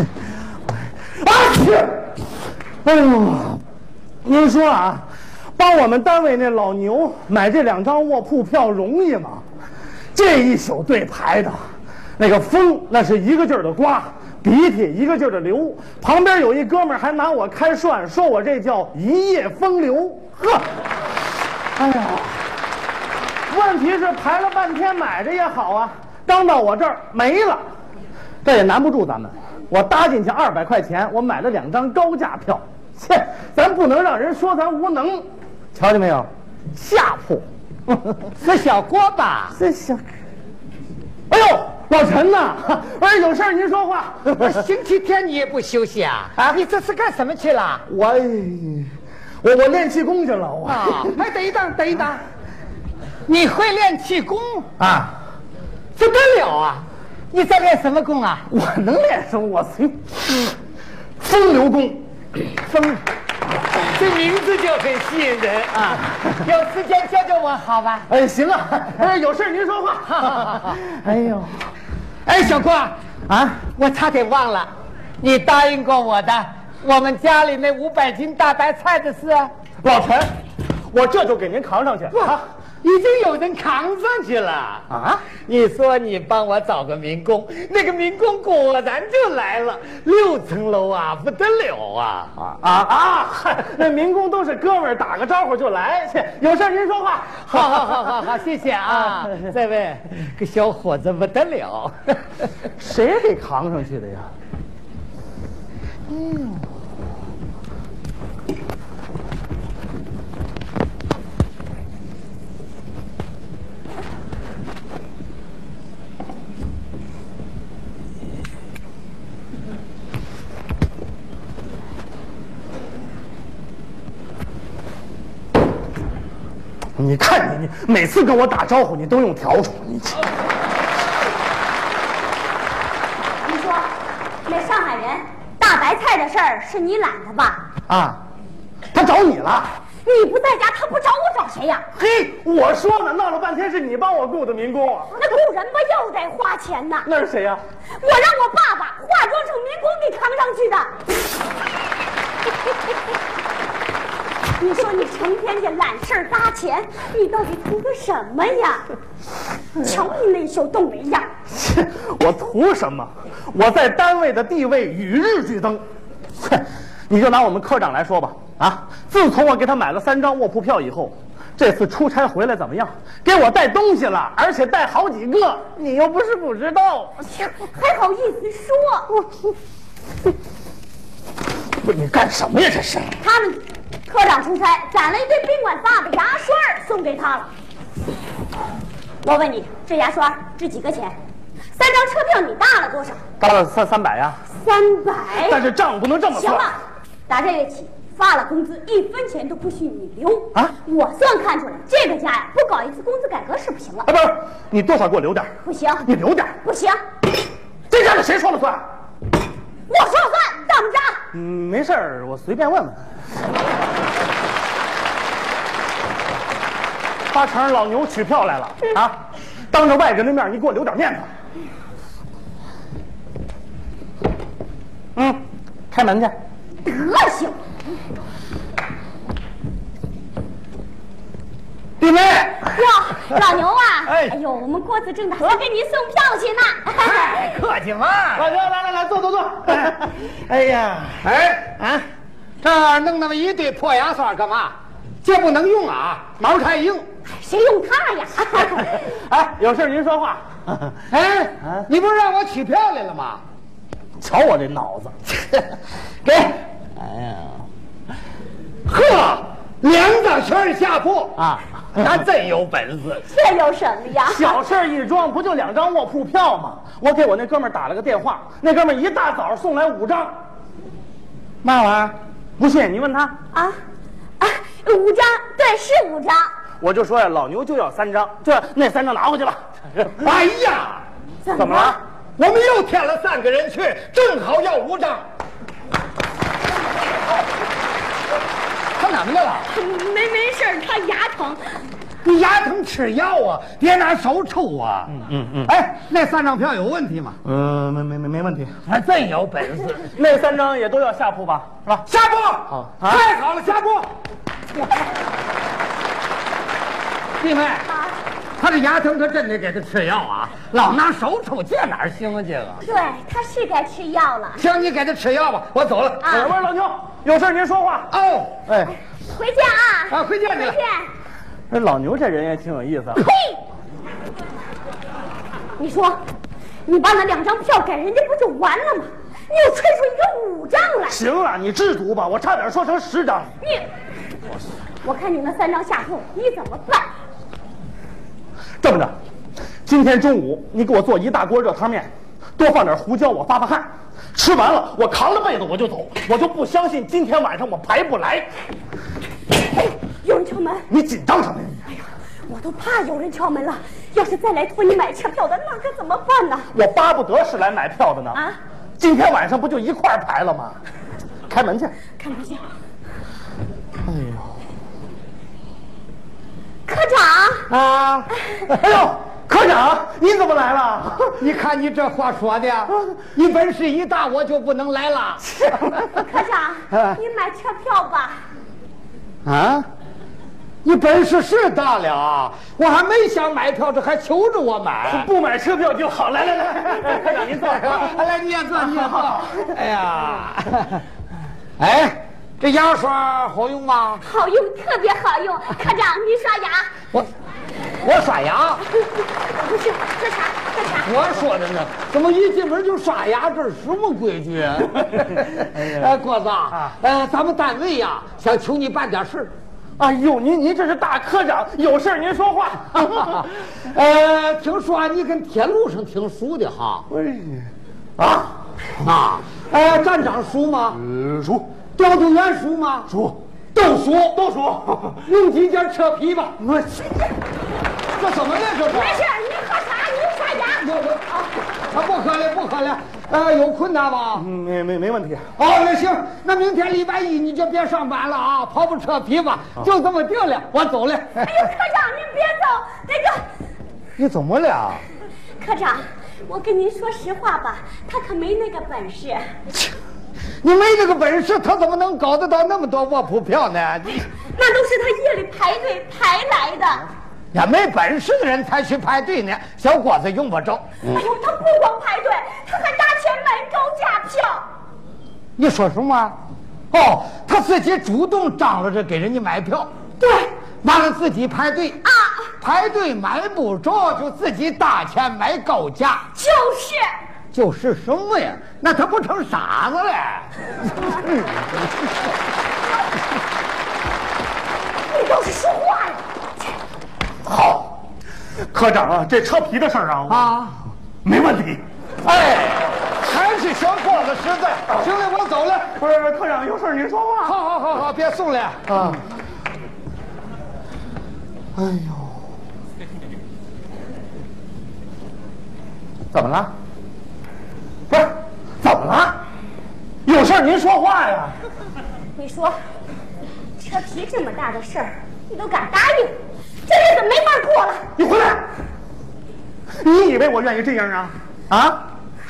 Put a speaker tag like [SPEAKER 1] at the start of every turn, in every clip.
[SPEAKER 1] 啊去！哎呦，您说啊，帮我们单位那老牛买这两张卧铺票容易吗？这一宿对排的，那个风那是一个劲儿的刮，鼻涕一个劲儿的流。旁边有一哥们儿还拿我开涮，说我这叫一夜风流。呵，哎呀，问题是排了半天买着也好啊，刚到我这儿没了，这也难不住咱们。我搭进去二百块钱，我买了两张高价票。切，咱不能让人说咱无能。瞧见没有，下铺。
[SPEAKER 2] 是小郭吧？
[SPEAKER 1] 这小，哎呦，老陈呐， 我说有事儿您说话。
[SPEAKER 2] 星期天你也不休息 啊？
[SPEAKER 1] 啊
[SPEAKER 2] 你这是干什么去了？
[SPEAKER 1] 我，哎我我练气功去了，我
[SPEAKER 2] 啊！ 哎，等一等，等一等，你会练气功？
[SPEAKER 1] 啊，
[SPEAKER 2] 这得了啊！你在练什么功啊？
[SPEAKER 1] 我能练什么？我随风流功，嗯风
[SPEAKER 2] 这名字就很吸引人啊！有时间教教我好吧？
[SPEAKER 1] 哎行啊，哎有事儿您说话
[SPEAKER 2] 好。
[SPEAKER 1] 哎呦
[SPEAKER 2] 哎，小郭，
[SPEAKER 1] 啊，
[SPEAKER 2] 我差点忘了，你答应过我的，我们家里那五百斤大白菜的事， 啊
[SPEAKER 1] 老陈，我这就给您扛上去
[SPEAKER 2] 哇
[SPEAKER 1] 啊，
[SPEAKER 2] 已经有人扛上去了。
[SPEAKER 1] 啊！
[SPEAKER 2] 你说你帮我找个民工，那个民工果然就来了，六层楼啊，不得了啊！
[SPEAKER 1] 啊啊啊！嗨那民工都是哥们儿，打个招呼就来。切，有事儿您说话。
[SPEAKER 2] 好好好好 好，谢谢啊！这位，个小伙子不得了，
[SPEAKER 1] 谁给扛上去的呀？嗯你看你，你每次跟我打招呼，你都用笤帚，你
[SPEAKER 3] 你说，那上海人大白菜的事儿是你揽的吧？
[SPEAKER 1] 啊，他找你了。
[SPEAKER 3] 你不在家，他不找我找谁呀、
[SPEAKER 1] 嘿，我说呢，闹了半天是你帮我雇的民工啊，
[SPEAKER 3] 那雇人吧又得花钱呐。
[SPEAKER 1] 那是谁呀、
[SPEAKER 3] 我让我爸爸化妆成民工给扛上去的。 你说你成天的揽事儿搭钱，你到底图个什么呀？瞧你那手冻没样儿，
[SPEAKER 1] 切，我图什么？我在单位的地位与日俱增。切，你就拿我们科长来说吧，啊，自从我给他买了三张卧铺票以后，这次出差回来怎么样？给我带东西了，而且带好几个。你又不是不知道，
[SPEAKER 3] 还好意思说？
[SPEAKER 1] 不，你干什么呀？这是？
[SPEAKER 3] 他们科长出差攒了一堆宾馆发的牙刷儿送给他了。我问你，这牙刷儿值几个钱？三张车票你搭了多少？
[SPEAKER 1] 搭了三三百呀、
[SPEAKER 3] 三
[SPEAKER 1] 但
[SPEAKER 3] 百。哎
[SPEAKER 1] 是账不能这么
[SPEAKER 3] 行
[SPEAKER 1] 算。
[SPEAKER 3] 了，打这月起发了工资，一分钱都不许你留
[SPEAKER 1] 啊
[SPEAKER 3] 我算看出来，这个家呀，不搞一次工资改革是不行了
[SPEAKER 1] 啊，。不是，你多少给我留点儿
[SPEAKER 3] 不行，
[SPEAKER 1] 你留点儿
[SPEAKER 3] 不行，
[SPEAKER 1] 这账是谁说了算？
[SPEAKER 3] 我说了算，怎么着？
[SPEAKER 1] 嗯，没事儿，我随便问问。八成老牛取票来了啊！当着外人的面，你给我留点面子。嗯，开门去。
[SPEAKER 3] 德 行，
[SPEAKER 1] 弟妹，
[SPEAKER 3] 哟，老牛啊！
[SPEAKER 1] 哎
[SPEAKER 3] 呦，我们郭子正打算给您送票去
[SPEAKER 1] 哎
[SPEAKER 3] 呢。
[SPEAKER 2] 客气嘛。
[SPEAKER 1] 老牛，来来来，坐坐坐。哎呀，
[SPEAKER 2] 哎啊，这儿弄那么一堆破牙刷干嘛？这不能用啊，毛太硬。
[SPEAKER 3] 谁用它呀？
[SPEAKER 1] 哎，有事儿您 说话。
[SPEAKER 2] 哎，你不是让我取票来了吗？
[SPEAKER 1] 啊瞧我这脑子，
[SPEAKER 2] 给。哎呀，呵，两掌全是下铺
[SPEAKER 1] 啊
[SPEAKER 2] 他真有本事。
[SPEAKER 3] 这有什么呀？
[SPEAKER 1] 小事儿一桩，不就两张卧铺票吗？我给我那哥们儿打了个电话，那哥们儿一大早送来五张。
[SPEAKER 2] 嘛玩意儿？
[SPEAKER 1] 不信你问他，
[SPEAKER 3] 啊啊，五张，对，是五张。
[SPEAKER 1] 我就说呀，老牛就要三张，这那三张拿回去 吧。
[SPEAKER 2] 哎呀，
[SPEAKER 3] 怎
[SPEAKER 1] 怎么了？？
[SPEAKER 2] 我们又添了三个人去，正好要五张。他哪去了？
[SPEAKER 3] 没没事儿，他牙疼。
[SPEAKER 2] 你牙疼吃药啊，别拿手抽啊。嗯嗯嗯。哎，那三张票有问题吗？
[SPEAKER 1] 嗯，没没没没问题。
[SPEAKER 2] 还真有本事。
[SPEAKER 1] 那三张也都要下铺吧？是吧？
[SPEAKER 2] 啊下播。好啊太好了，下播。弟妹，他这牙疼，他真得给他吃药啊，老拿手抽，这哪儿行啊？这个，
[SPEAKER 3] 对，他是该吃药了。
[SPEAKER 2] 行，你给他吃药吧，我走了。
[SPEAKER 3] 啊
[SPEAKER 1] 喂，哎老牛，有事您说话。
[SPEAKER 2] 哦，
[SPEAKER 1] 哎，
[SPEAKER 3] 回见啊！
[SPEAKER 2] 啊，回见你
[SPEAKER 3] 回
[SPEAKER 2] 了。
[SPEAKER 3] 见。
[SPEAKER 1] 这老牛这人也挺有意思啊。
[SPEAKER 3] 呸！你说，你把那两张票给人家不就完了吗？你又吹出一个五张 来，
[SPEAKER 1] 行了，你制毒吧，我差点说成十张。
[SPEAKER 3] 你，我看你那三张下铺，你怎么办？
[SPEAKER 1] 这么着，今天中午你给我做一大锅热汤面，多放点胡椒，我发发汗。吃完了，我扛着被子我就走，我就不相信今天晚上我排不来。
[SPEAKER 3] 哎，有人敲门，
[SPEAKER 1] 你紧张什么呀？
[SPEAKER 3] 我都怕有人敲门了。要是再来托你买车票的，那可怎么办呢？
[SPEAKER 1] 我巴不得是来买票的呢。
[SPEAKER 3] 啊，
[SPEAKER 1] 今天晚上不就一块儿排了吗？开门去。
[SPEAKER 3] 看不见。
[SPEAKER 1] 哎呦
[SPEAKER 3] 科长，
[SPEAKER 1] 啊！哎呦，科长，你怎么来了？
[SPEAKER 2] 你看你这话说的，
[SPEAKER 3] 啊
[SPEAKER 2] 你本事一大，我就不能来了。
[SPEAKER 3] 科长，
[SPEAKER 1] 啊
[SPEAKER 3] 你买车票吧。
[SPEAKER 2] 啊，你本事是大了啊，我还没想买票，这还求着我买。
[SPEAKER 1] 不买车票就好。 来来来，哎科长您坐。
[SPEAKER 2] 来，你也坐，你也坐。哎 呀，哎，这牙刷好用吗？
[SPEAKER 3] 好用，特别好用。
[SPEAKER 1] 啊
[SPEAKER 3] 科长，您刷牙。
[SPEAKER 2] 我我刷牙，
[SPEAKER 3] 不是，喝茶，喝茶。
[SPEAKER 2] 我说的呢，怎么一进门就刷牙？这是什么规矩啊？ 哎，郭子啊，呃，咱们单位呀，想求你办点事儿。
[SPEAKER 1] 哎呦，您您这是大科长，有事儿您说话。
[SPEAKER 2] 呃，听说你跟铁路上挺熟的哈？
[SPEAKER 1] 啊，
[SPEAKER 2] 啊，呃，站长熟吗？
[SPEAKER 1] 呃，叔，
[SPEAKER 2] 调度员熟吗？
[SPEAKER 1] 叔，
[SPEAKER 2] 都熟。
[SPEAKER 1] 都叔，
[SPEAKER 2] 弄几件车皮吧。
[SPEAKER 1] 我
[SPEAKER 2] 这怎么了？这是？
[SPEAKER 3] 没事，您喝茶，您刷牙。
[SPEAKER 2] 我我啊，不喝了，不喝了。呃，有困难吧？
[SPEAKER 1] 没没没问题。
[SPEAKER 2] 哦，那行，那明天礼拜一你就别上班了啊，跑跑车皮吧，就这么定了，我走了。
[SPEAKER 3] 哎呦，科长，您别走，那
[SPEAKER 2] 你怎么了？
[SPEAKER 3] 个科长，我跟您说实话吧，他可没那个本事。
[SPEAKER 2] 你没这个本事，他怎么能搞得到那么多卧铺票呢？你
[SPEAKER 3] 那都是他夜里排队排来的。
[SPEAKER 2] 也没本事的人才去排队呢，小伙子用不着。
[SPEAKER 3] 哎呦，他不光排队，他还拿钱买高价票。
[SPEAKER 2] 你说什么？哦，他自己主动张罗着给人家买票，对，完了自己排队啊，排队买不着就自己搭钱买高价，
[SPEAKER 3] 就是，
[SPEAKER 2] 就是什么呀？那他不成傻子了？
[SPEAKER 3] 你倒是说话呀！
[SPEAKER 1] 好，科长啊，这车皮的事儿啊，
[SPEAKER 2] 啊，
[SPEAKER 1] 没问题。
[SPEAKER 2] 哎，还是小伙子实在。行了，我走了。
[SPEAKER 1] 不是科长，有事儿您说话。
[SPEAKER 2] 好好好好，别送了啊。
[SPEAKER 1] 哎呦，怎么了？不是，怎么了？有事儿您说话呀。
[SPEAKER 3] 你说，车皮这么大的事儿，你都敢答应，这日子没法过了。
[SPEAKER 1] 你回来！你以为我愿意这样啊？啊！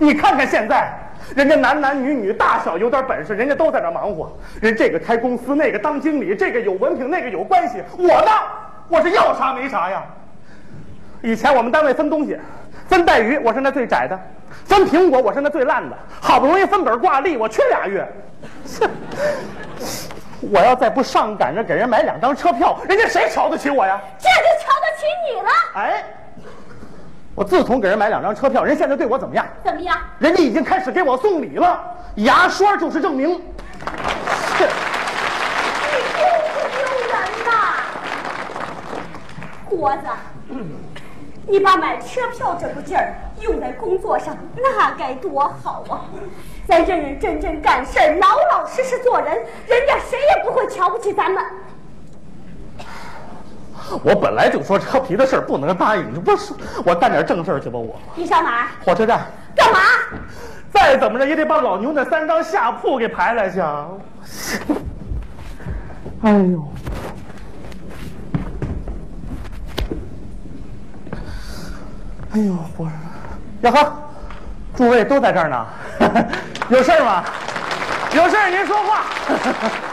[SPEAKER 1] 你看看现在，人家男男女女大小有点本事，人家都在那忙活。人这个开公司，那个当经理，这个有文凭，那个有关系。我呢，我是要啥没啥呀。以前我们单位分东西，分带鱼，我是那最窄的；分苹果，我是那最烂的。好不容易分本挂历，我缺俩月。 我要再不上赶着给人买两张车票，人家谁瞧得起我呀？
[SPEAKER 3] 这就瞧得起你了。
[SPEAKER 1] 哎，我自从给人买两张车票，人现在对我怎么样？
[SPEAKER 3] 怎么样？
[SPEAKER 1] 人家已经开始给我送礼了，牙刷就是证明。这
[SPEAKER 3] 你丢不丢人呐？国子，你把买车票这股劲儿用在工作上，那该多好啊！咱认认真真干事儿，老老实实做人，人家谁也不会瞧不起咱们。
[SPEAKER 1] 我本来就说车皮的事儿不能答应，这不是我干点正事儿去吧我。
[SPEAKER 3] 你上哪儿？
[SPEAKER 1] 火车站，
[SPEAKER 3] 干嘛？
[SPEAKER 1] 再怎么着也得把老牛那三张下铺给排来去啊。哎呦，
[SPEAKER 2] 哎呦，我说，呀呵， 诸位都在这儿呢，有事儿吗？有事儿您说话。